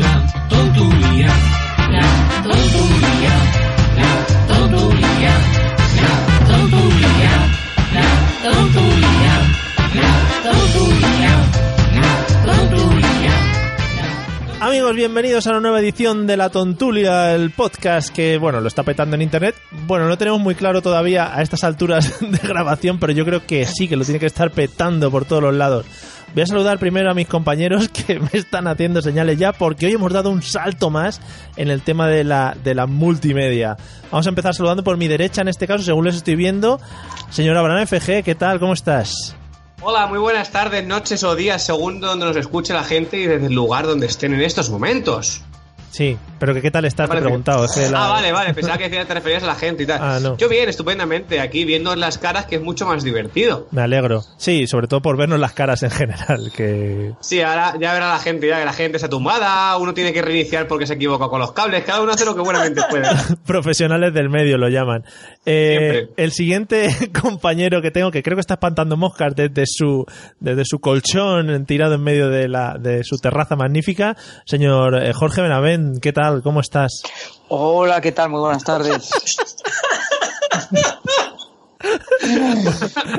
La tontulia, la tontulia, la tontulia, la tontulia, la tontulia, la tontulia, la tontulia. Amigos, bienvenidos a una nueva edición de La Tontulia, el podcast que, bueno, lo está petando en internet. Bueno, no tenemos muy claro todavía a estas alturas de grabación, pero yo creo que sí, que lo tiene que estar petando por todos los lados. Voy a saludar primero a mis compañeros que me están haciendo señales ya, porque hoy hemos dado un salto más en el tema de la, de la multimedia. Vamos a empezar saludando por mi derecha, en este caso, según les estoy viendo. Señora Abraham FG, ¿qué tal? ¿Cómo estás? Hola, muy buenas tardes, noches o días, según donde nos escuche la gente y desde el lugar donde estén en estos momentos. Sí, pero que ¿qué tal estás? Te he Vale, preguntado. es que la- Ah, vale, vale, pensaba que decía- te referías a la gente y tal. Ah, no. Yo bien, estupendamente, aquí viendo las caras que es mucho más divertido. Me alegro. Sí, sobre todo por vernos las caras en general, que... Sí, ahora ya verá la gente, ya que la gente está tumbada, uno tiene que reiniciar porque se equivoca con los cables, cada uno hace lo que buenamente puede. Profesionales del medio lo llaman. Eh, Siempre. el siguiente compañero que tengo, que creo que está espantando moscas desde su, desde su colchón tirado en medio de, la, de su terraza magnífica, señor eh, Jorge Benavent, ¿qué tal? ¿Cómo estás? Hola, ¿qué tal? Muy buenas tardes.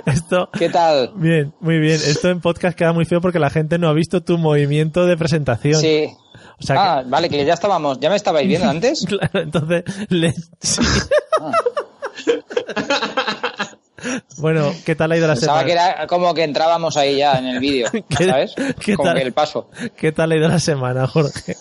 Esto... ¿Qué tal? Bien, muy bien. Esto en podcast queda muy feo porque la gente no ha visto tu movimiento de presentación. Sí. O sea que- ah, vale, que ya estábamos, ya me estabais viendo antes. Claro, entonces le- sí. Ah. bueno, ¿qué tal ha ido la Pensaba semana? que era como que entrábamos ahí ya en el vídeo, ¿Qué- ¿sabes? qué como tal? que el paso. ¿Qué tal ha ido la semana, Jorge?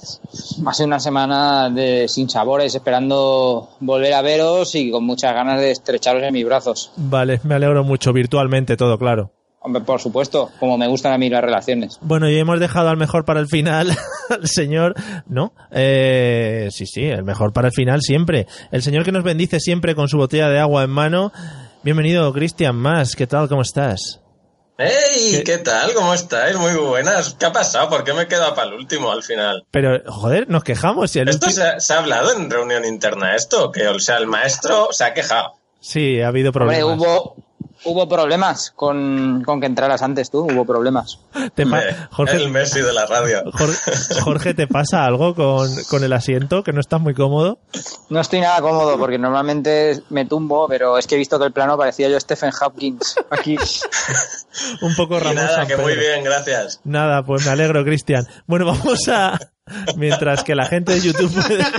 Ha sido una semana de sin sabores, esperando volver a veros y con muchas ganas de estrecharos en mis brazos. Vale, me alegro mucho, virtualmente todo, claro. Hombre, por supuesto, como me gustan a mí las relaciones. Bueno, y hemos dejado al mejor para el final, al señor, ¿no? Eh, sí, sí, el mejor para el final siempre. El señor que nos bendice siempre con su botella de agua en mano. Bienvenido, Cristian Más, ¿qué tal? ¿Cómo estás? ¡Hey! ¿Qué tal? ¿Cómo estáis? Muy buenas. ¿Qué ha pasado? ¿Por qué me queda para el último al final? Pero, joder, nos quejamos. si el ¿Esto ulti- se, se ha hablado en reunión interna? ¿Esto? Que, o sea, el maestro se ha quejado. Sí, ha habido problemas. Hombre, hubo, hubo problemas con, con que entraras antes tú, hubo problemas. Te pa- Hombre, Jorge, El Messi de la radio. Jorge, Jorge, ¿te pasa algo con, con el asiento? ¿Que no estás muy cómodo? No estoy nada cómodo porque normalmente me tumbo, pero es que he visto que el plano parecía yo Stephen Hopkins. Aquí. Un poco Y Ramón nada, San que muy Pedro. bien, gracias. Nada, pues me alegro, Cristian. Bueno, vamos a... Mientras que la gente de YouTube... puede-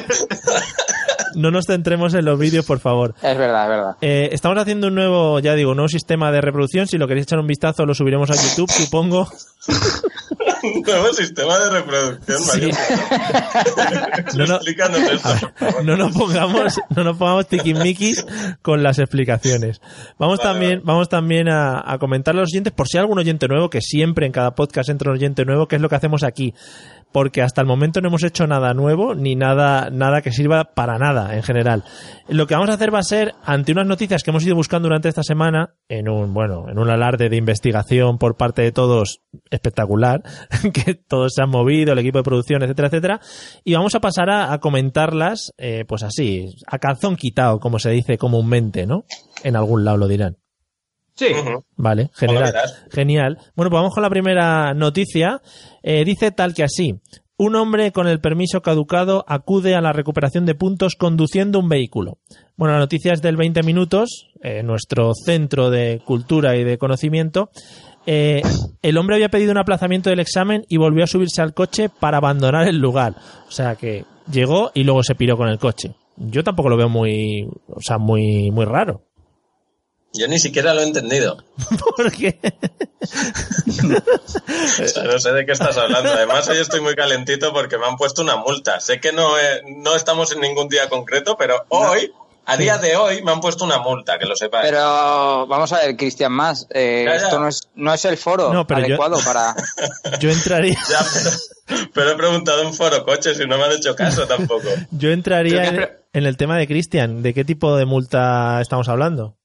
No nos centremos en los vídeos, por favor. Es verdad, es verdad. Eh, estamos haciendo un nuevo, ya digo, un nuevo sistema de reproducción. Si lo queréis echar un vistazo, lo subiremos a YouTube, supongo. Nuevo sistema de reproducción, Sí. Mario. No, no. Explícanos esto. por favor. no nos pongamos no nos pongamos tiquismiquis con las explicaciones vamos Vale, también vale. vamos también a, a comentar a los oyentes por si hay algún oyente nuevo que siempre en cada podcast entra un oyente nuevo que es lo que hacemos aquí porque hasta el momento no hemos hecho nada nuevo ni nada nada que sirva para nada en general lo que vamos a hacer va a ser ante unas noticias que hemos ido buscando durante esta semana en un bueno en un alarde de investigación por parte de todos espectacular que todos se han movido el equipo de producción etcétera etcétera y vamos a pasar a, a comentarlas, eh, pues así, a calzón quitado, como se dice comúnmente, ¿no? En algún lado lo dirán. Sí, Ujú. Vale, general. verás. Genial. Bueno, pues vamos con la primera noticia. Eh, dice tal que así. Un hombre con el permiso caducado acude a la recuperación de puntos conduciendo un vehículo. Bueno, la noticia es del 20 minutos, eh, nuestro centro de cultura y de conocimiento. Eh, el hombre había pedido un aplazamiento del examen y volvió a subirse al coche para abandonar el lugar. O sea que llegó y luego se piró con el coche. Yo tampoco lo veo muy, o sea, muy, muy raro. Yo ni siquiera lo he entendido. Porque O sea, no sé de qué estás hablando. Además, hoy estoy muy calentito porque me han puesto una multa. Sé que no, eh, no estamos en ningún día concreto, pero hoy A día de hoy me han puesto una multa, que lo sepáis. Pero vamos a ver, Cristian, más. eh, Ya, ya. Esto no es, no es el foro No, pero yo- adecuado para. Yo entraría, Ya, pero, pero he preguntado en foro coches y no me han hecho caso tampoco. yo entraría en, en el tema de Cristian. ¿De qué tipo de multa estamos hablando?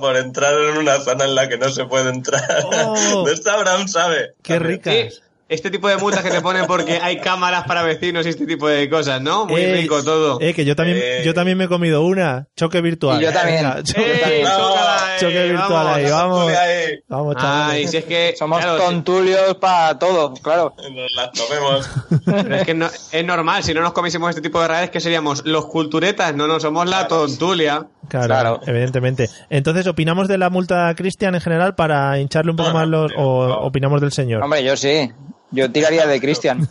Por entrar en una zona en la que no se puede entrar. Oh. De esta Abraham sabe. ¡Qué ricas! Sí, este tipo de multas que te ponen porque hay cámaras para vecinos y este tipo de cosas, ¿no? Muy Eh, rico todo. Eh, que yo también, Eh. yo también me he comido una. Choque virtual. Y yo también. Venga, choque, ¡Eh, Vamos. chócala, eh, choque virtual vamos! ahí, vamos. Tú ahí, Vamos, Ay, chavales. si es que. Somos claro, si- tontulios para todo, claro. Nos las comemos. pero es que no- es normal, si no nos comiésemos este tipo de reales, que seríamos? Los culturetas, no, no, somos la tontulia. Claro, Claro. evidentemente. Entonces, ¿opinamos de la multa a Cristian en general para hincharle un poco Bueno, más los... tío, o no. opinamos del señor? Hombre, yo sí. Yo tiraría de Cristian.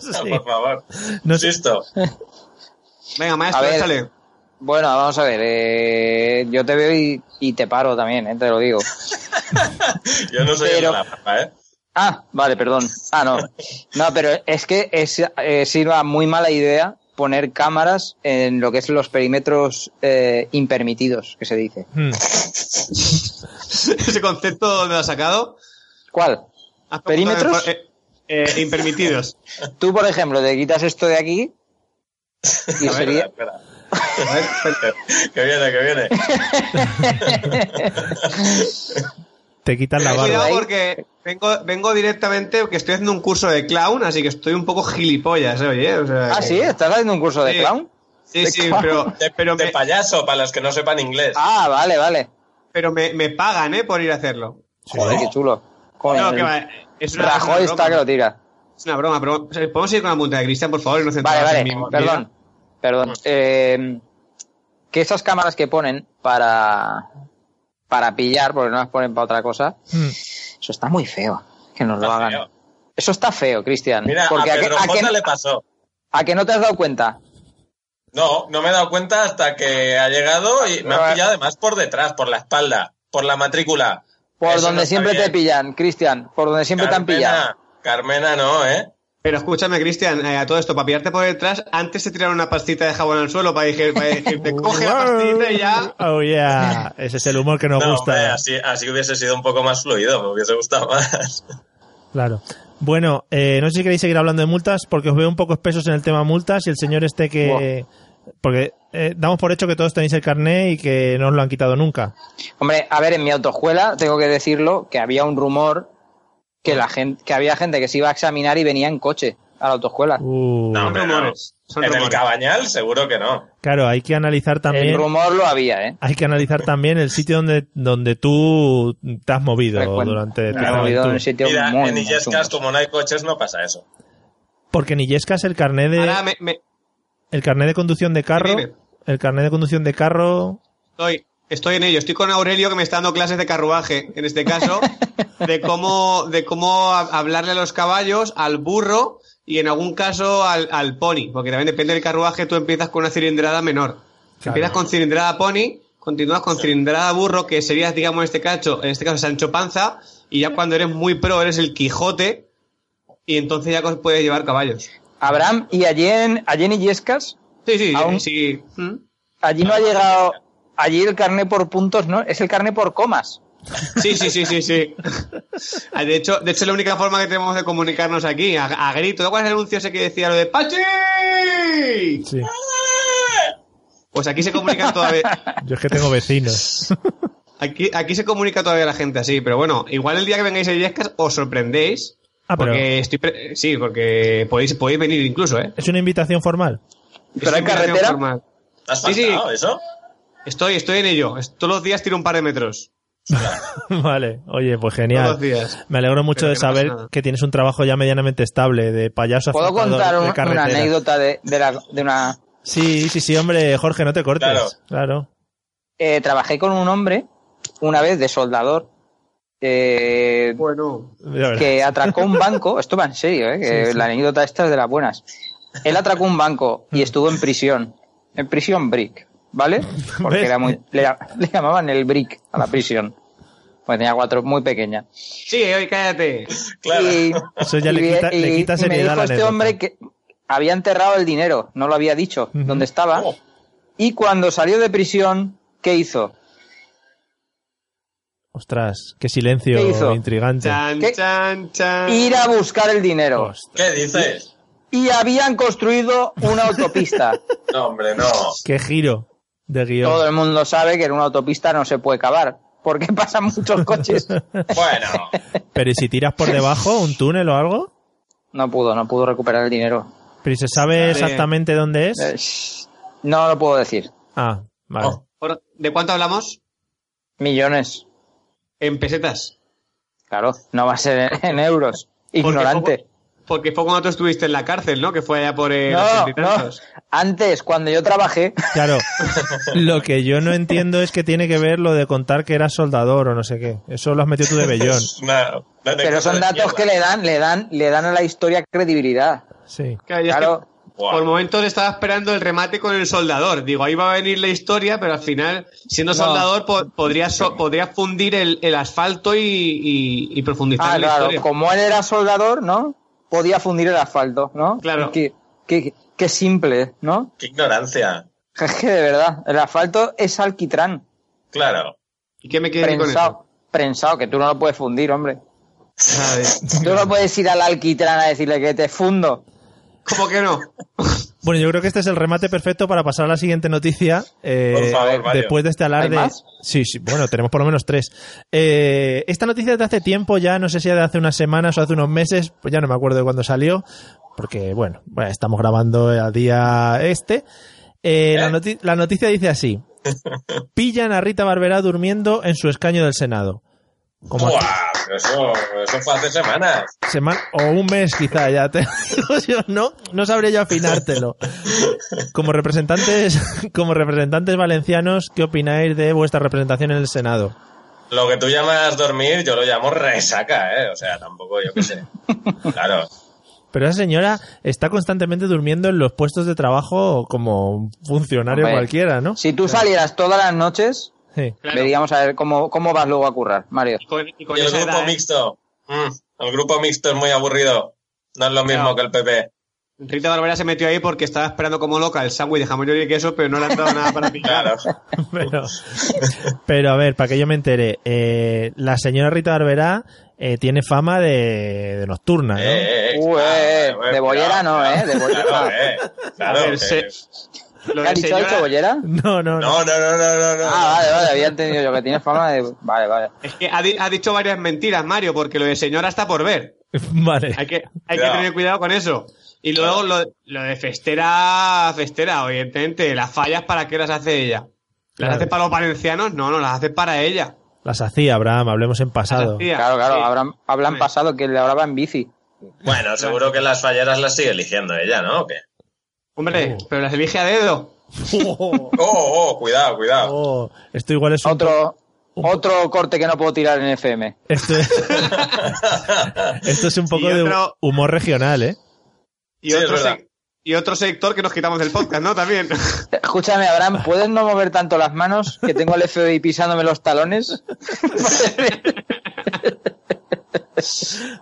Sí. Por favor. No sé. Insisto. Venga, maestro, A ver. échale. Bueno, vamos a ver. eh, yo te veo y, y te paro también, eh, te lo digo. Yo no soy Pero- el de la papa, ¿eh? Ah, vale, perdón. Ah, no. No, pero es que es, eh, sirva muy mala idea poner cámaras en lo que es los perímetros eh, impermitidos, que se dice. Hmm. Ese concepto, ¿dónde lo has sacado? ¿Cuál? Has preguntado ¿Perímetros? en for- eh, eh, impermitidos. Tú, por ejemplo, te quitas esto de aquí y sería... Espera, A ver, espera. que viene, que viene. Te quitan la Ahí barba. Cuidado ahí. porque vengo, vengo directamente, que estoy haciendo un curso de clown, así que estoy un poco gilipollas, ¿eh? oye. o sea, Ah, que- sí, estás haciendo un curso de Sí. clown. Sí, de sí, clown. pero, De, pero, de me, payaso, para los que no sepan inglés. Ah, vale, vale. pero me, me pagan, ¿eh? Por ir a hacerlo. Joder, qué chulo. Con No, el que va, es una, Rajoy es una está que broma, lo tira. es una broma, pero o sea, podemos ir con la punta de Cristian, por favor, y no Vale, centrarnos en vale, mi movida? perdón. Perdón. Eh, que estas cámaras que ponen para, para pillar, porque no las ponen para otra cosa, Hmm. eso está muy feo. Que nos lo Está hagan. feo. Eso está feo, Cristian. Ah, Mira, Porque a a, que, Pedro a que- J le pasó. a que no te has dado cuenta. No, no me he dado cuenta hasta que ha llegado y me Pero, han eh, pillado además por detrás, por la espalda, por la matrícula. Por Eso no donde está siempre bien. te pillan, Cristian. Por donde siempre te han pillado. Carmena, Carmena no, ¿eh? Pero escúchame, Cristian, eh, a todo esto, para pillarte por detrás, antes se tiraron una pastita de jabón al suelo para decir- para decirte, coge la pastita y ya. Oh, yeah. Ese es el humor que nos no, gusta. hombre, así, así hubiese sido un poco más fluido, me hubiese gustado más. Claro. Bueno, eh, no sé si queréis seguir hablando de multas, porque os veo un poco espesos en el tema multas y el señor este que... Porque eh, damos por hecho que todos tenéis el carné y que no os lo han quitado nunca. Hombre, a ver, en mi autoescuela tengo que decirlo que había un rumor que la gente, que había gente que se iba a examinar y venía en coche a la autoescuela. Uh, No, Son hombre, rumores. Son en el rumores. cabañal seguro que no. Claro, hay que analizar también... El rumor lo había, ¿eh? Hay que analizar también el sitio donde, donde tú te has movido Frecuente. durante este tu Me he movido en un juventud. sitio Mira, muy, en muy Illescas, chungo. como no hay coches, no pasa eso. Porque en Illescas el carné de Ahora me, me- el carné de conducción de carro, Dime. el carné de conducción de carro, Estoy, estoy en ello. Estoy con Aurelio que me está dando clases de carruaje, en este caso, de cómo, de cómo ha- hablarle a los caballos, al burro y en algún caso al, al pony, porque también depende del carruaje, tú empiezas con una cilindrada menor. Empiezas con cilindrada pony, continúas con cilindrada burro, que serías, digamos, en este caso, en este caso Sancho Panza, y ya cuando eres muy pro eres el Quijote, y entonces ya co- puedes llevar caballos. Abraham, y allí en, allí en Illescas, Sí, sí, Aún- sí. ¿Mm? allí no ha llegado, allí el carnet por puntos, ¿no? Es el carnet por comas. Sí, sí, sí, sí, sí. Ah, De hecho, de hecho, es la única forma que tenemos de comunicarnos aquí, a, a grito. ¿Cuál es el anuncio ese que decía lo de Pachi? sí. Pues aquí se comunican todavía. Yo es que tengo vecinos. Aquí, aquí se comunica todavía la gente así, pero bueno, igual el día que vengáis a Illescas os sorprendéis. Ah, pero- porque estoy pre- sí, porque podéis, podéis venir incluso, ¿eh? Es una invitación formal. Es ¿Pero hay una invitación carretera? formal. ¿Has Sí, sí. faltado eso? Estoy, estoy en ello. Es- Todos los días tiro un par de metros. vale, oye, pues Todos los genial. días. Me alegro mucho Pero de que no pasa saber nada. que tienes un trabajo ya medianamente estable de payaso. ¿Puedo afrontador contar de un- una carretera. anécdota de, de la- de una... Sí, sí, sí, hombre, Jorge, no te cortes. Claro. Claro. eh, trabajé con un hombre una vez de soldador eh, Bueno, Ya verás. que atracó un banco, esto va en serio, eh, que la anécdota esta es de las buenas. Él atracó un banco y estuvo en prisión, en prisión brick, ¿vale? Porque ¿Ves? era muy, le, llam- le llamaban el brick a la prisión, pues tenía cuatro, muy pequeña. sí, hoy cállate. Claro. Y, Eso ya le y- quita- le y quita seriedad me a la dijo este anécdota. hombre que había enterrado el dinero, no lo había dicho, Ujú. dónde estaba. Oh. Y cuando salió de prisión, ¿qué hizo? Ostras, qué silencio ¿Qué hizo? intrigante. Chan, ¿Qué? chan, Ah. chan. Ir a buscar el dinero. Ostras, ¿Qué dices? Y habían construido una autopista. No, hombre, no. qué giro de guión. Todo el mundo sabe que en una autopista no se puede cavar, porque pasan muchos coches. Bueno, Pero ¿y si tiras por debajo un túnel o algo? No pudo, no pudo recuperar el dinero. ¿Pero ¿y se sabe exactamente dónde es? Eh, shh, No lo puedo decir. Ah, vale. Oh. Por- ¿De cuánto hablamos? Millones. En pesetas. Claro, no va a ser en- en euros. Ignorante. Porque fue cuando tú estuviste en la cárcel, ¿no? Que fue allá por eh, el No, ochenta y no. tantos. Antes, cuando yo trabajé, Claro. Lo que yo no entiendo es que tiene que ver lo de contar que eras soldador o no sé qué. Eso lo has metido tú de vellón. es una- una pero son anécdota de datos que mierda. le dan, le dan, le dan a la historia credibilidad. Sí. Claro, ya es Claro, que Buah. Por momentos estaba esperando el remate con el soldador. Digo, ahí va a venir la historia, pero al final, siendo No. soldador, po- podría, so- podría fundir el, el asfalto y, y- y profundizar ah, en la claro, historia. como él era soldador, ¿no? Podía fundir el asfalto, ¿no? Claro. Qué, qué- qué simple, ¿no? Qué ignorancia. Es que de verdad, el asfalto es alquitrán, Claro. ¿Y qué me quedé con eso? prensado, prensado, que tú no lo puedes fundir, hombre. A ver, Tú no puedes ir al alquitrán a decirle que te fundo. ¿Cómo que no? Bueno, yo creo que este es el remate perfecto para pasar a la siguiente noticia. eh, Por favor, Mario. después de este alarde. ¿Hay más? Sí, sí, bueno, tenemos por lo menos tres. Eh, esta noticia es de hace tiempo ya, no sé si es de hace unas semanas o hace unos meses, pues ya no me acuerdo de cuándo salió, porque bueno, bueno, estamos grabando a día este. Eh, la, noti- la noticia dice así: pillan a Rita Barberá durmiendo en su escaño del Senado. Como Buah, pero eso, eso fue hace semanas. semana o un mes quizá ya te digo yo, no no sabría yo afinártelo como representantes como representantes valencianos qué opináis de vuestra representación en el senado Lo que tú llamas dormir, yo lo llamo resaca, ¿eh? O sea, tampoco, yo qué sé. Claro. pero esa señora está constantemente durmiendo en los puestos de trabajo como un funcionario Hombre. cualquiera no Si tú salieras todas las noches, sí. Claro. veríamos a ver cómo, cómo vas luego a currar, Mario. Y con, y con Y el esa grupo edad, mixto. Mm, el grupo mixto es muy aburrido. No es lo mismo No. que el Eh, PP. ¿eh? Rita Barbera se metió ahí porque estaba esperando como loca el sándwich de jamón y queso, pero no le han dado nada para picar. Claro. Pero, pero, a ver, para que yo me entere, eh, la señora Rita Barberá eh, tiene fama de, de nocturna, ¿no? Eh, eh, ah, Uh, eh, claro, de bollera no, claro, eh, de bollera. Claro, eh, claro, A ver, eh. se- Lo ¿Qué de ha dicho el señora- cebollera? No, no, no. No, no, no, no, no, no. Ah, vale, vale, había entendido yo que tienes fama de... Vale, vale. es que ha, di- ha dicho varias mentiras, Mario, porque lo de señora está por ver. Vale. Hay que, hay Claro. que tener cuidado con eso. Y luego lo, lo de festera, festera, evidentemente. Las fallas, ¿para qué las hace ella? ¿Las Claro. hace para los valencianos? No, no, las hace para ella. Las hacía, Abraham, hablemos en pasado. Hacía, Claro, claro, sí. habrán, habrán Sí. pasado que le hablaba en bici. Bueno, seguro que las falleras las sigue eligiendo ella, ¿no? ¿O qué? Hombre, Oh. pero las elige a dedo. Oh, oh, cuidado, cuidado. Oh, esto igual es un Otro, otro corte que no puedo tirar en FM. Esto es, esto es un poco Y de otro- humor regional, ¿eh? Y, Sí, es otro verdad. sec- y otro sector que nos quitamos del podcast, ¿no? También. Escúchame, Abraham, ¿puedes no mover tanto las manos? Que tengo al FBI pisándome los talones.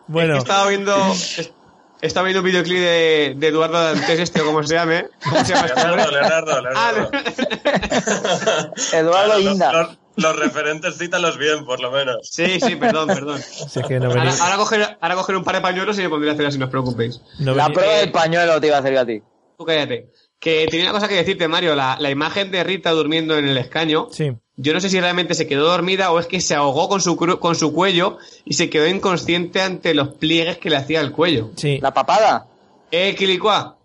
Bueno, Estaba viendo. est- Estaba viendo un videoclip de, de Eduardo Dantes, este, como se llame. ¿Cómo se llama este Leonardo, hombre? Leonardo, Ah, Leonardo. Eduardo Claro, Inda. los- los- Los referentes cítalos bien, por lo menos. sí, sí, perdón, perdón. si es que no Ahora, venía, ahora coger, ahora coger un par de pañuelos y me pondré a hacer así, no eh, os preocupéis. no La venía- prueba del pañuelo te iba a hacer yo a ti. Tú cállate. Que tenía una cosa que decirte, Mario. La, la imagen de Rita durmiendo en el escaño. Sí. Yo no sé si realmente se quedó dormida o es que se ahogó con su, cru- con su cuello y se quedó inconsciente ante los pliegues que le hacía el cuello. Sí, La papada. Eh, Quilicua.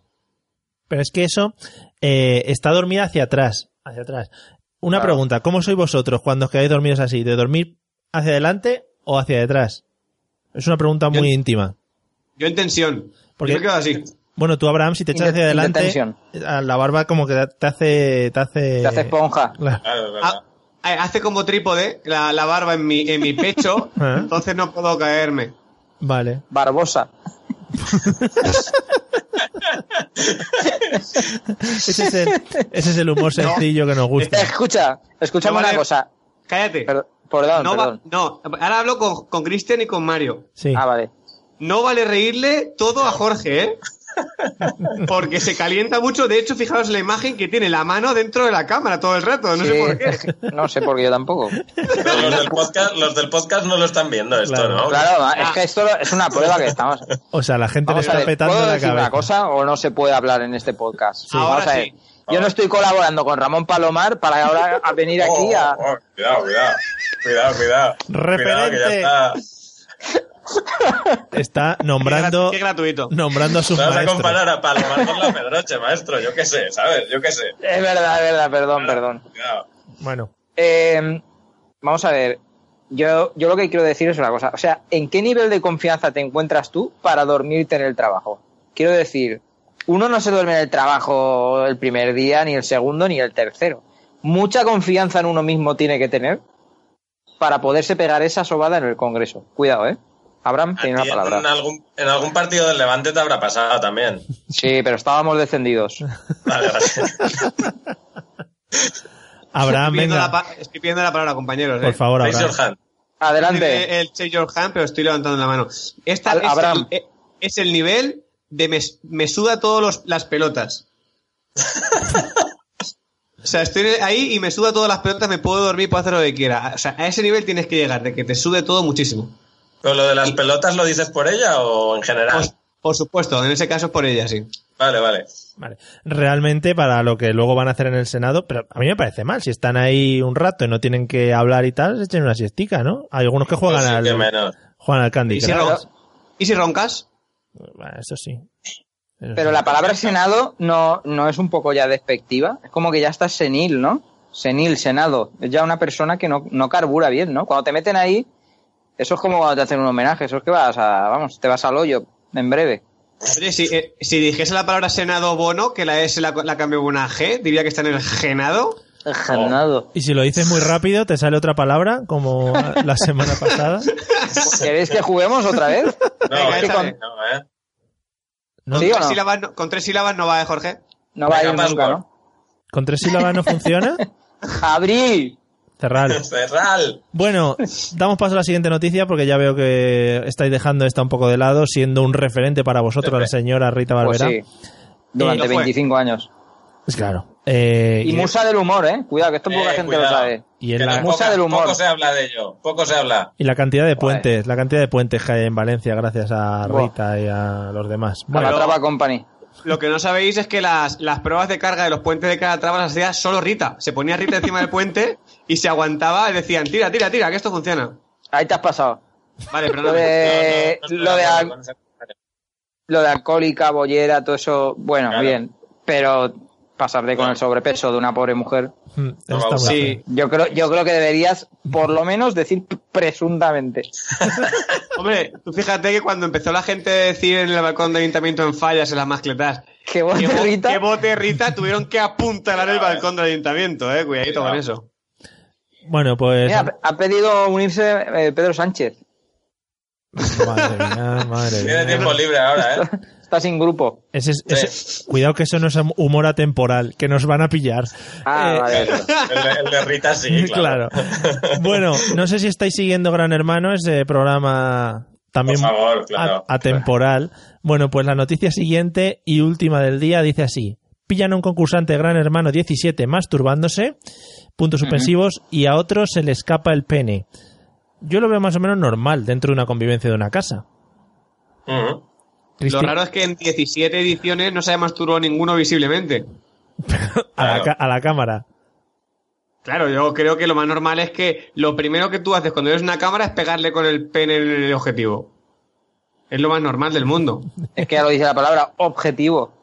pero es que eso eh, está dormida hacia atrás, hacia atrás. Una Claro. pregunta, ¿cómo sois vosotros cuando os quedáis dormidos así? ¿De dormir hacia adelante o hacia detrás? Es una pregunta Yo- muy íntima. Yo en tensión. Porque- Porque me quedo así. Bueno, tú, Abraham, si te echas Inde- hacia adelante, indetensión. a la barba como que te hace... Te hace, eh, Te hace esponja. Claro. Claro, es verdad. Ah, eh, hace como trípode la, la barba en mi, en mi pecho, ¿Eh? Ah. entonces no puedo caerme. Vale. Barbosa. Ese es el, ese es el humor sencillo que nos gusta. Escucha, No escúchame este. vale- una cosa. Cállate. Per- perdón, no, va- perdón. no, ahora hablo con, con Cristian y con Mario. Sí. Ah, vale. No vale reírle todo a Jorge, ¿eh? Porque se calienta mucho. De hecho, fijaos la imagen que tiene la mano dentro de la cámara todo el rato. No sé por qué. No sé por qué yo tampoco. Pero los del podcast, los del podcast no lo están viendo esto, Claro. ¿no? Claro, Ah. es que esto es una prueba que estamos. O sea, la gente le Vamos a está ver, petando ¿puedo la decir cabeza. una cosa o no se puede hablar en este podcast? Ahora Vamos a ver. sí. Yo no estoy colaborando con Ramón Palomar para ahora a venir Oh, aquí a... oh, oh, cuidado, cuidado. Cuidado, cuidado. Cuidado, que ya Referente. está. Está Qué gra- nombrando, Qué gratuito. nombrando a sus Vas a maestros. comparar a Palomar con la Pedroche, maestro. Yo qué sé, ¿sabes? Yo qué sé. Es verdad, es verdad, perdón, perdón. Cuidado. Bueno, Eh, vamos a ver. Yo, yo lo que quiero decir es una cosa. O sea, ¿en qué nivel de confianza te encuentras tú para dormirte en el trabajo? Quiero decir, uno no se duerme en el trabajo el primer día, ni el segundo, ni el tercero. Mucha confianza en uno mismo tiene que tener para poderse pegar esa sobada en el Congreso. Cuidado, ¿eh? Abraham A ti tiene una En palabra. algún, en algún partido del Levante te habrá pasado también. Sí, pero estábamos descendidos. Vale, vale. Abraham, Estoy pidiendo la venga. pa- estoy pidiendo la palabra, compañeros. Por eh. favor, Raise Abraham. your hand. Adelante. Dice el Shake Your Hand, pero estoy levantando la mano. Esta Al- es, Abraham. El, eh, es el nivel de me, me suda todas las pelotas. o sea, estoy ahí y me suda todas las pelotas, me puedo dormir, puedo hacer lo que quiera. O sea, a ese nivel tienes que llegar, de que te sude todo muchísimo. ¿Pero lo de las pelotas lo dices por ella o en general? Pues, Por, Pues, por supuesto, en ese caso es por ella, sí. Vale, vale. Vale. Realmente para lo que luego van a hacer en el Senado, pero a mí me parece mal. Si están ahí un rato y no tienen que hablar y tal, se echen una siestica, ¿no? Hay algunos que juegan Pues sí al que menos. juegan al Candy ¿Y si, Crush. roncas? ¿Y si roncas? Bueno, eso sí. Eso Pero sí. la palabra Senado no, no es un poco ya despectiva. Es como que ya estás senil, ¿no? Senil, Senado. Es ya una persona que no, no carbura bien, ¿no? Cuando te meten ahí, eso es como cuando te hacen un homenaje. Eso es que vas a, vamos, te vas al hoyo en breve. Oye, si, eh, si dijese la palabra senado bono, que la S la, la cambio por una G, diría que está en el genado. Senado. Y si lo dices muy rápido, te sale otra palabra, como la semana pasada. ¿Queréis que juguemos otra vez? No, Venga, eh, échale. no, eh. ¿no? ¿Sí o Tres no? sílabas no- Con tres sílabas no va, ¿eh, Jorge. No va a ir Venga, nunca, Pascual. ¿no? ¿Con tres sílabas no funciona? ¡Abril! Cerrar. Ferral. Bueno, damos paso a la siguiente noticia porque ya veo que estáis dejando esta un poco de lado, siendo un referente para vosotros la señora Rita Pues Barberá. sí. Durante Y no fue. 25 años. Pues Claro. Eh, Y y- musa del humor, ¿eh? Cuidado, que esto Eh, poca gente lo cuidado. sabe. y en Que la- no, musa poca- del humor. Poco se habla de ello. Poco se habla. Y la cantidad de Joder. puentes, la cantidad de puentes que hay en Valencia gracias a Buah. Rita y a los demás. A la Bueno, Traba Company. Lo que no sabéis es que las, las pruebas de carga de los puentes de Calatrava las hacía solo Rita. Se ponía Rita encima del puente y se aguantaba y decían, tira, tira, tira, que esto funciona. Ahí te has pasado. Vale, pero Lo de, No, no, no estoy Eh, lo de, acuerdo al- con ese comentario. lo de alcohólica, bollera, todo eso, bueno, Claro. bien, pero pasarte con el sobrepeso de una pobre mujer, mm, está No, muy sí. bien. Sí, yo creo, yo creo que deberías por lo menos decir presuntamente. hombre, tú fíjate que cuando empezó la gente a decir en el balcón del ayuntamiento en fallas, en las mascletas, Que vos que, bo- Rita, que bote Rita, tuvieron que apuntalar el Cuidado, eh. balcón del ayuntamiento, eh, cuidadito con eso. Bueno, pues Mira, eh, ha pedido unirse eh, Pedro Sánchez. madre mía, madre Tiene mía. tiempo libre ahora, ¿eh? Está sin grupo. Ese es- ese- cuidado que eso no es humor atemporal, que nos van a pillar. Ah, Eh, vale. eso. El de, el de Rita sí, claro. Bueno, no sé si estáis siguiendo Gran Hermano, ese programa Por también favor, claro. a- atemporal. Bueno, pues la noticia siguiente y última del día dice así. Pillan a un concursante de Gran Hermano 17 masturbándose, puntos suspensivos, y a otro se le escapa el pene. Yo lo veo más o menos normal dentro de una convivencia de una casa. Ujú. Lo Cristi- raro es que en 17 ediciones no se haya masturbado ninguno visiblemente. a, la, Claro. ca- a la cámara. Claro, yo creo que lo más normal es que lo primero que tú haces cuando eres una cámara es pegarle con el pene en el objetivo. Es lo más normal del mundo. Es que ya lo dice la palabra, objetivo.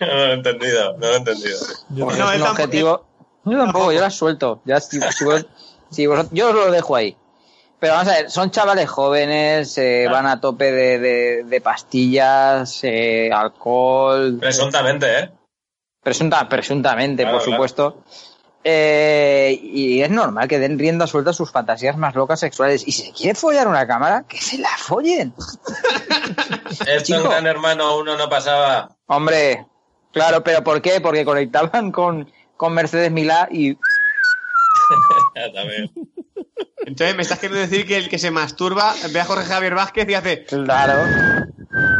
No lo he entendido, no lo he entendido. Porque No, es él un tampoco- objetivo. Yo tampoco, yo la suelto. Ya, si- si vos- si vos- yo os lo dejo ahí. Pero vamos a ver, son chavales jóvenes, se van a tope de, de- de pastillas, eh, alcohol, Presuntamente, ¿eh? presunta, presuntamente, Claro, por claro. supuesto. Eh, y es normal que den rienda suelta a sus fantasías más locas sexuales. Y si se quiere follar una cámara, que se la follen. Esto en Chico. Gran Hermano uno no pasaba. Hombre, claro, pero ¿por qué? Porque conectaban con, con Mercedes Milá y Ya también. Entonces me estás queriendo decir que el que se masturba ve a Jorge Javier Vázquez y hace... claro.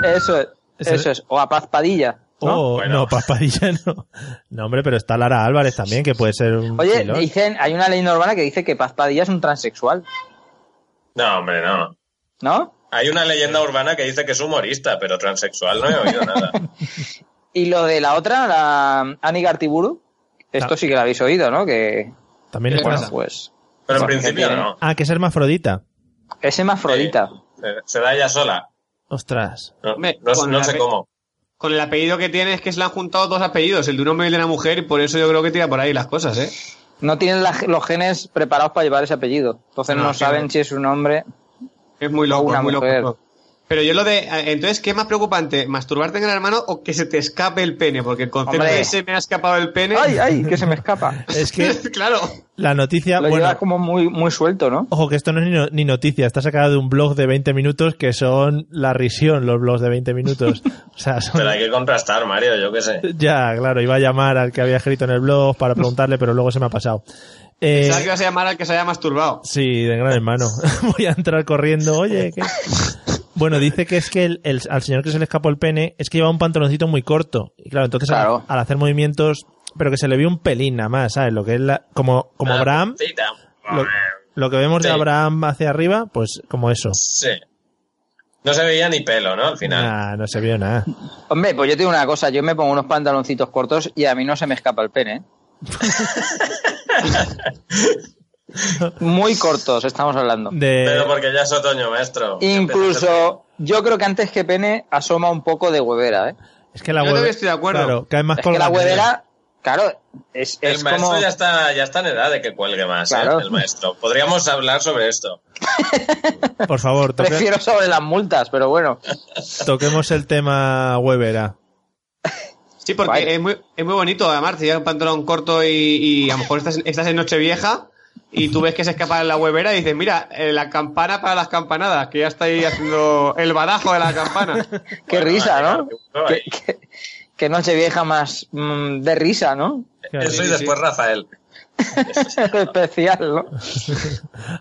Eso es. Eso es. O a Paz Padilla. Oh, Bueno. No, Papadilla no. No, hombre, pero está Lara Álvarez también, que puede ser un. Oye, filón. dicen, hay una leyenda urbana que dice que Paz Padilla es un transexual, No, hombre, no. ¿no? Hay una leyenda urbana que dice que es humorista, pero transexual no he oído nada. Y lo de la otra, la Ani Gartiburu, esto Ah. sí que lo habéis oído, ¿no? Que, También es bueno, pasa. pues, Pero en Bueno, principio que tiene. no. Ah, que es hermafrodita. es hermafrodita. Se- Se da ella sola. Ostras. No, Hombre, no- con no la sé pe- cómo. Con el apellido que tiene es que se le han juntado dos apellidos, el de un hombre y el de una mujer, y por eso yo creo que tira por ahí las cosas, ¿eh? No tienen la- los genes preparados para llevar ese apellido. Entonces No, no, sí, saben no. si es un hombre. Es muy loco, Una es muy mujer. loco. Pero yo lo de. Entonces, ¿qué es más preocupante? ¿Masturbarte en el hermano o que se te escape el pene? Porque el concepto Hombre. de se me ha escapado el pene. ¡Ay, ay! Que se me escapa. Es que claro. la noticia. Lo llevas Bueno, como muy, muy suelto, ¿no? ojo, que esto no es ni, no- ni noticia. Está sacada de un blog de 20 minutos que son la risión, los blogs de 20 minutos. O sea, son- Pero hay que contrastar, Mario, yo qué sé. Ya, claro, iba a llamar al que había escrito en el blog para preguntarle, pero luego se me ha pasado. Eh, Pensaba que ibas a llamar al que se haya masturbado. Sí, de gran hermano. Voy a entrar corriendo. Oye, ¿qué? Bueno, dice que es que el- el- al señor que se le escapó el pene es que llevaba un pantaloncito muy corto. Y claro, entonces al- Claro. Al, hacer movimientos, pero que se le vio un pelín nada más, ¿sabes? Lo que es la, como, como Una Abraham, puntita. lo, lo que vemos de Sí. Abraham hacia arriba, pues como eso. Sí. No se veía ni pelo, ¿no? Al final. Nah, no se vio nada. Hombre, pues yo te digo una cosa. Yo me pongo unos pantaloncitos cortos y a mí no se me escapa el pene. ¿eh? muy cortos, estamos hablando. De, Pero porque ya es otoño, maestro. Ya empieza a ser- Incluso, yo creo que antes que pene asoma un poco de huevera, ¿eh? es que la Yo hueve- también estoy de acuerdo. Claro, cae más Es que la colgante. huevera, claro, es, El es maestro como... ya, está, ya está en edad de que cuelgue más, ¿eh? Claro. El maestro. Podríamos hablar sobre esto. Por favor, toque- Prefiero sobre las multas, pero bueno. toquemos el tema huevera. Sí, porque Vale. es muy, es muy bonito, además, si llevas un pantalón corto y, y a lo mejor estás, estás en Nochevieja y tú ves que se escapa en la huevera y dices, mira, eh, la campana para las campanadas, que ya está ahí haciendo el barajo de la campana. Qué Bueno, risa, vale, ¿no? vale, Qué, qué- qué noche vieja más mm, de risa, ¿no? Claro. Eso y después Rafael. Especial, ¿no?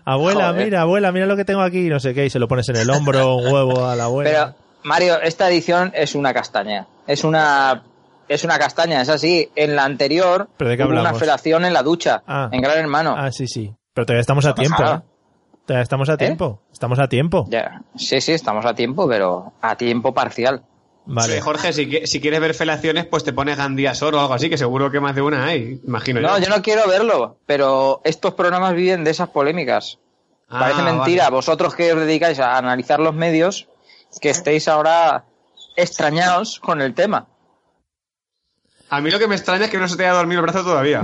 Abuela, Joder. mira, abuela, mira lo que tengo aquí, no sé qué, y se lo pones en el hombro, un huevo a la abuela. Pero, Mario, esta edición es una castaña. Es una es una castaña, es así. En la anterior ¿Pero de qué hubo una hablamos? felación en la ducha, Ah. en Gran Hermano. Ah, sí, sí. Pero todavía estamos a tiempo. nada. ¿eh? Todavía estamos a tiempo. Estamos a tiempo. Ya. Sí, sí, estamos a tiempo, pero a tiempo parcial. Vale. Sí, Jorge, si, que- si quieres ver felaciones, pues te pones Gandía Sor o algo así, que seguro que más de una hay, imagino No, yo no quiero verlo, pero estos programas viven de esas polémicas. Ah, Parece mentira, vosotros que os dedicáis a analizar los medios, que estéis ahora extrañados con el tema. vale. A mí lo que me extraña es que no se te haya dormido el brazo todavía.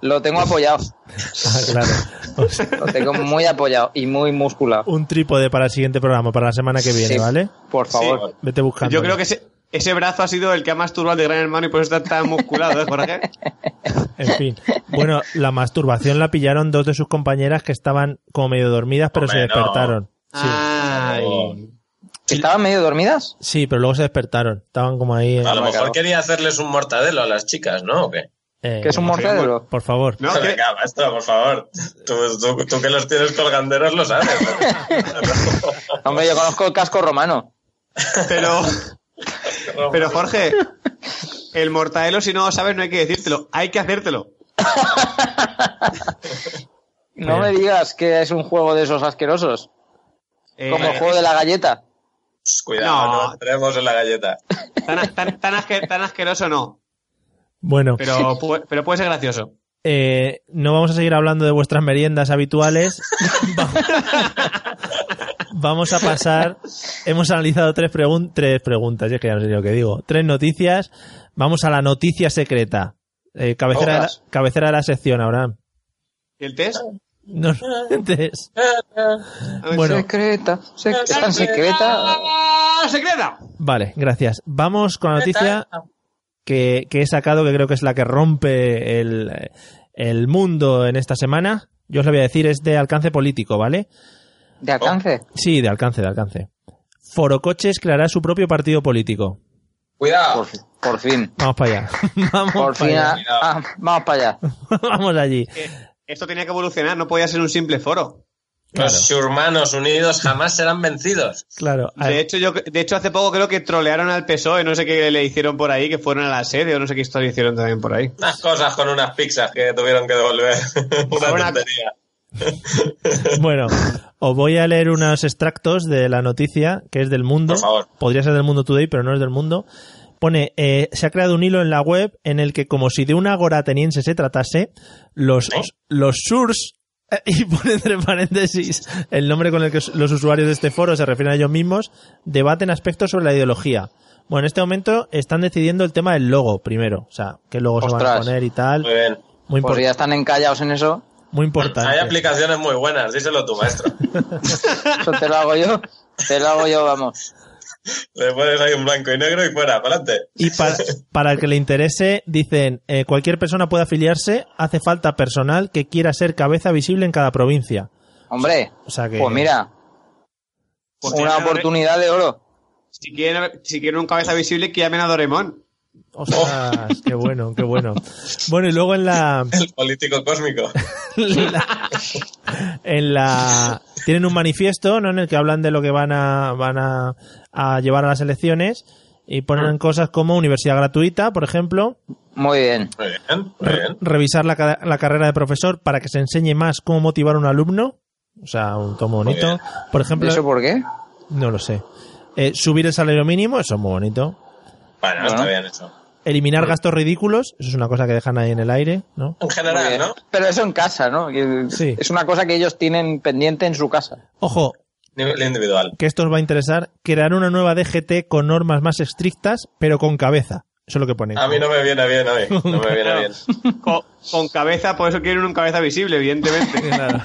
Lo tengo apoyado, Ah, claro. O sea, lo tengo muy apoyado y muy musculado. un trípode para el siguiente programa, para la semana que viene, Sí, ¿vale? Por favor. Vete buscando. Yo creo que ese, ese brazo ha sido el que ha masturbado al de Gran Hermano y por eso está tan musculado, ¿eh, Jorge? En fin. Bueno, la masturbación la pillaron dos de sus compañeras que estaban como medio dormidas, pero se Hombre, no. despertaron. Sí. Ah. Ay. ¿Estaban medio dormidas? Sí, pero luego se despertaron. Estaban como ahí. eh, A lo me mejor cago. quería hacerles un mortadelo a las chicas, ¿no? ¿O qué? eh, ¿Que es un mortadelo? Por favor. No, que- Venga, maestro, por favor. Tú, tú- tú que los tienes colganderos lo sabes. Hombre, yo conozco el casco romano. pero, pero Jorge, el mortadelo, si no lo sabes, no hay que decírtelo, hay que hacértelo. No Bien. me digas que es un juego de esos asquerosos, Eh, como el juego de la galleta. Cuidado, No. no entremos en la galleta. tan, tan- tan asque- tan asqueroso no, Bueno. pero, pu- pero puede ser gracioso. Eh, no vamos a seguir hablando de vuestras meriendas habituales. Va- vamos a pasar. Hemos analizado tres, pregun- tres preguntas, y es que ya no sé ni lo que digo. Tres noticias. Vamos a la noticia secreta. Eh, cabecera, de la, Ojas. cabecera de la sección, Abraham. ¿Y el test? No lo cuentes. Bueno. Secreta, sec- es tan secreta. ¡Ah, secreta! Vale, gracias. Vamos con la noticia que, que he sacado, que creo que es la que rompe el, el mundo en esta semana. Yo os la voy a decir, es de alcance político, ¿vale? De Oh. alcance. Sí, de alcance, de alcance. Forocoches creará su propio partido político. Cuidado. Por, por fin. Vamos para allá. Ah. Vamos, Por para fin. allá. ah, ah, vamos para allá. Vamos allí. Esto tenía que evolucionar, no podía ser un simple foro. Los hermanos unidos jamás serán vencidos. Claro. A- De hecho, yo, de hecho, hace poco creo que trolearon al PSOE, E, no sé qué le hicieron por ahí, que fueron a la sede o no sé qué historia hicieron también por ahí. Unas cosas con unas pizzas que tuvieron que devolver. Una Ahora- tontería. Bueno, os voy a leer unos extractos de la noticia que es del mundo. Por favor. Podría ser del mundo today, pero no es del mundo. Pone, eh, se ha creado un hilo en la web en el que, como si de un agora ateniense se tratase, los, ¿Eh? los surs, eh, y pone entre paréntesis el nombre con el que los usuarios de este foro se refieren a ellos mismos, debaten aspectos sobre la ideología. Bueno, en este momento están decidiendo el tema del logo primero, o sea, qué logo se van a Ostras. poner y tal. Muy bien. Muy, Pues impor- ya están encallados en eso. muy importante. Hay aplicaciones muy buenas, díselo a tu maestro. Eso te lo hago yo. Te lo hago yo, vamos. Le pones ahí un blanco y negro y fuera, para adelante. Y para, para el que le interese, dicen, eh, cualquier persona puede afiliarse, hace falta personal que quiera ser cabeza visible en cada provincia. Hombre, O sea que... pues mira, Pues una tienen- oportunidad de oro. Si quieren, si quieren un cabeza visible, que llamen a Doremón. Oh. Ostras, qué bueno, qué bueno. Bueno, y luego en la, El político cósmico. en la- en la- tienen un manifiesto, ¿no? En el que hablan de lo que van a, van a, a llevar a las elecciones y Ah. ponen cosas como universidad gratuita, por ejemplo, Muy bien. Muy bien, muy re- bien. revisar la, ca- la carrera de profesor para que se enseñe más cómo motivar a un alumno. O sea, un tomo Muy bonito. bien. Por ¿Y ejemplo, eso por qué? No lo sé. Eh, subir el salario mínimo, eso es muy bonito. Bueno, está Bueno. bien eso. Eliminar gastos ridículos, eso es una cosa que dejan ahí en el aire, ¿no? En Muy general, bien. ¿no? Pero eso en casa, ¿no? Que- Sí. Es una cosa que ellos tienen pendiente en su casa. Ojo, Nivel individual. que esto os va a interesar, crear una nueva DGT con normas más estrictas, pero con cabeza. Eso es lo que pone. A mí no me viene bien, a mí. No me viene bien. Con, con cabeza, por eso quieren un cabeza visible, evidentemente. Claro.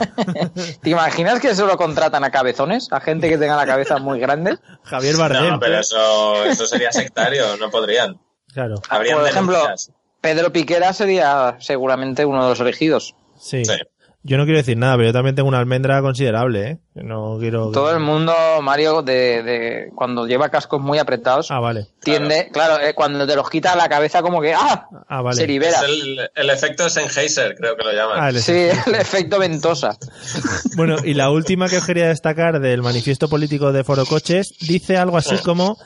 ¿Te imaginas que solo contratan a cabezones? A gente que tenga la cabeza muy grande. Javier Bardem. No, pero eso, eso sería sectario, no podrían. Claro, Habrían Por ejemplo, denuncias. Pedro Piquera sería seguramente uno de los elegidos. sí. Sí. Yo no quiero decir nada, pero yo también tengo una almendra considerable, ¿eh? Yo No quiero... Todo el mundo, Mario, de, de- cuando lleva cascos muy apretados, Ah, vale. tiende, claro, eh, cuando te los quita la cabeza como que ¡ah! Ah, vale. Se libera. Es el, el efecto Sennheiser, creo que lo llaman. Ah, el- Sí, el efecto ventosa. Bueno, y la última que os quería destacar del manifiesto político de Foro Coches dice algo así Ah. como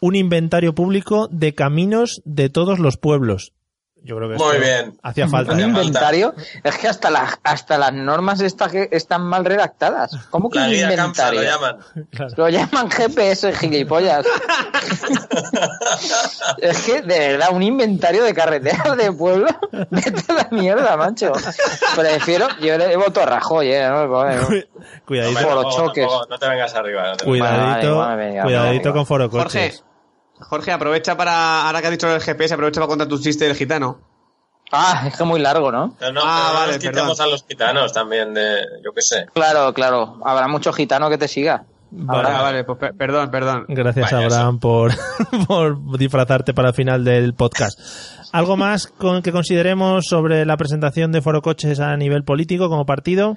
un inventario público de caminos de todos los pueblos. Yo creo que Muy esto bien. hacía falta. Un Hace falta. inventario. Es que hasta las hasta las normas estas que están mal redactadas. ¿Cómo que La un guía Campa inventario? lo llaman. Claro. Lo llaman GPS, gilipollas. es que, de verdad, un inventario de carreteras de pueblo. Vete a la mierda, macho. Prefiero. Yo le voto a Rajoy, eh. No, Bueno, No, Cuidadito, Por los tampoco, choques. tampoco, no te vengas arriba. no te vengas. cuidadito, Vale, vale, venga, cuidadito vale, con Foro Jorge, Coches. Jorge, aprovecha para, ahora que has dicho el GPS, aprovecha para contar tu chiste del gitano. Ah, es que muy largo, ¿no? No, no, Ah, pero no vale, nos quitamos perdón. a los gitanos también de, yo qué sé. Claro, claro. Habrá mucho gitano que te siga. Vale. Ah, vale, pues per- perdón, perdón. Gracias, Vaya, Abraham, por, por disfrazarte para el final del podcast. ¿Algo más con que consideremos sobre la presentación de Foro Coches a nivel político como partido?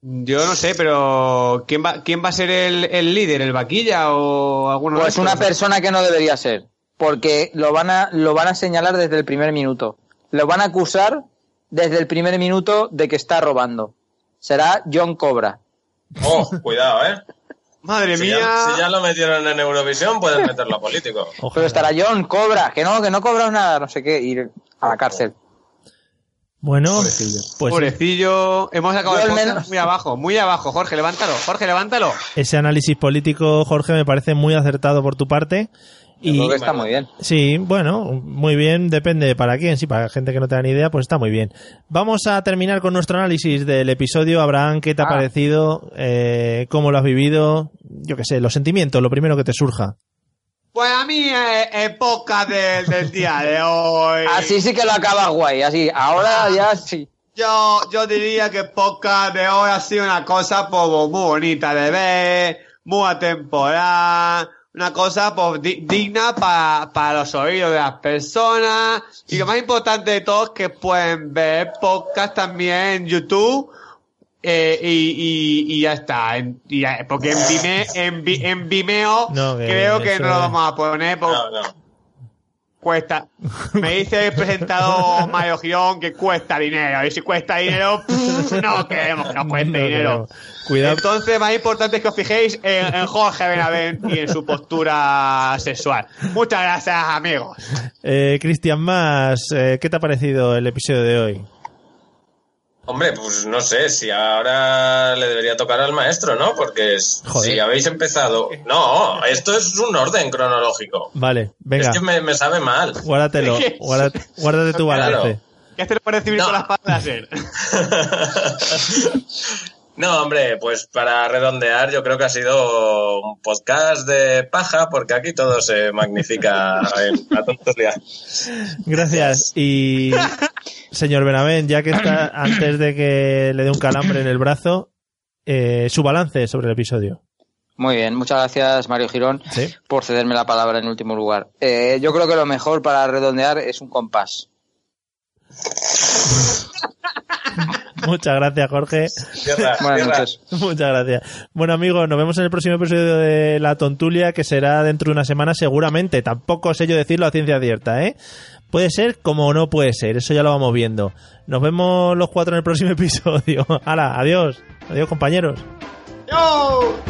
Yo no sé, pero ¿quién va, quién va a ser el, el líder? ¿El vaquilla o alguno de Pues estos? una persona que no debería ser, porque lo van a lo van a señalar desde el primer minuto. Lo van a acusar desde el primer minuto de que está robando. Será John Cobra. Oh, cuidado, ¿eh? Madre Si mía. ya, si ya lo metieron en Eurovisión, pueden meterlo a político. Pero estará John Cobra, que no, que no cobra nada, no sé qué, ir a la cárcel. Bueno, pues Pobrecillo, hemos acabado Yo el al podcast menos- muy abajo, muy abajo. Jorge, levántalo, Jorge, levántalo. ese análisis político, Jorge, me parece muy acertado por tu parte. Yo creo Y que está muy bien. sí, bueno, muy bien, depende para quién. Sí, para gente que no tenga ni idea, pues está muy bien. Vamos a terminar con nuestro análisis del episodio. Abraham, ¿qué te ha Ah. parecido? Eh, ¿Cómo lo has vivido? Yo qué sé, los sentimientos, lo primero que te surja. Pues a mí es poca del, del día de hoy. Así sí que lo acaba guay, así. Ahora ya sí. Yo, yo diría que poca de hoy ha sido una cosa pues, muy bonita de ver, muy atemporal, una cosa pues, di- digna para los oídos de las personas y lo más importante de todo es que pueden ver podcast también en YouTube eh, y, y- y ya está. En- y ya- porque en, Vime- en Vi- en Vimeo No, que creo que eso no lo es- pues, vamos a poner. por- No, no. Cuesta. Me dice el presentador Mario Gion que cuesta dinero. Y si cuesta dinero, pff, no queremos que nos cueste No dinero. queremos. Cuidado. Entonces, más importante es que os fijéis en, en Jorge Benavent y en su postura sexual. Muchas gracias, amigos. Eh, Cristian Más, eh, ¿qué te ha parecido el episodio de hoy? Hombre, pues no sé si ahora le debería tocar al maestro, ¿no? Porque es- Joder. si habéis empezado. No, esto es un orden cronológico. Vale, venga, Es que me, me sabe mal. guárdatelo, ¿Qué? guárdate, guárdate tu Claro. balance. ¿Qué te lo puedes recibir No. con las palabras? eh? No, hombre, pues para redondear, yo creo que ha sido un podcast de paja, porque aquí todo se magnifica en la tontería. Gracias. Y señor Benavent, ya que está antes de que le dé un calambre en el brazo, eh, su balance sobre el episodio. Muy bien, muchas gracias Mario Girón Sí. por cederme la palabra en último lugar. Eh, yo creo que lo mejor para redondear es un compás. Muchas gracias, Jorge. Cierra, Buenas cierra. pues, noches. Muchas gracias. Bueno, amigos, nos vemos en el próximo episodio de La Tontulia, que será dentro de una semana seguramente. Tampoco sé yo decirlo a ciencia cierta, ¿eh? Puede ser como no puede ser, eso ya lo vamos viendo. Nos vemos los cuatro en el próximo episodio. Hala, adiós. Adiós, compañeros. ¡Yo!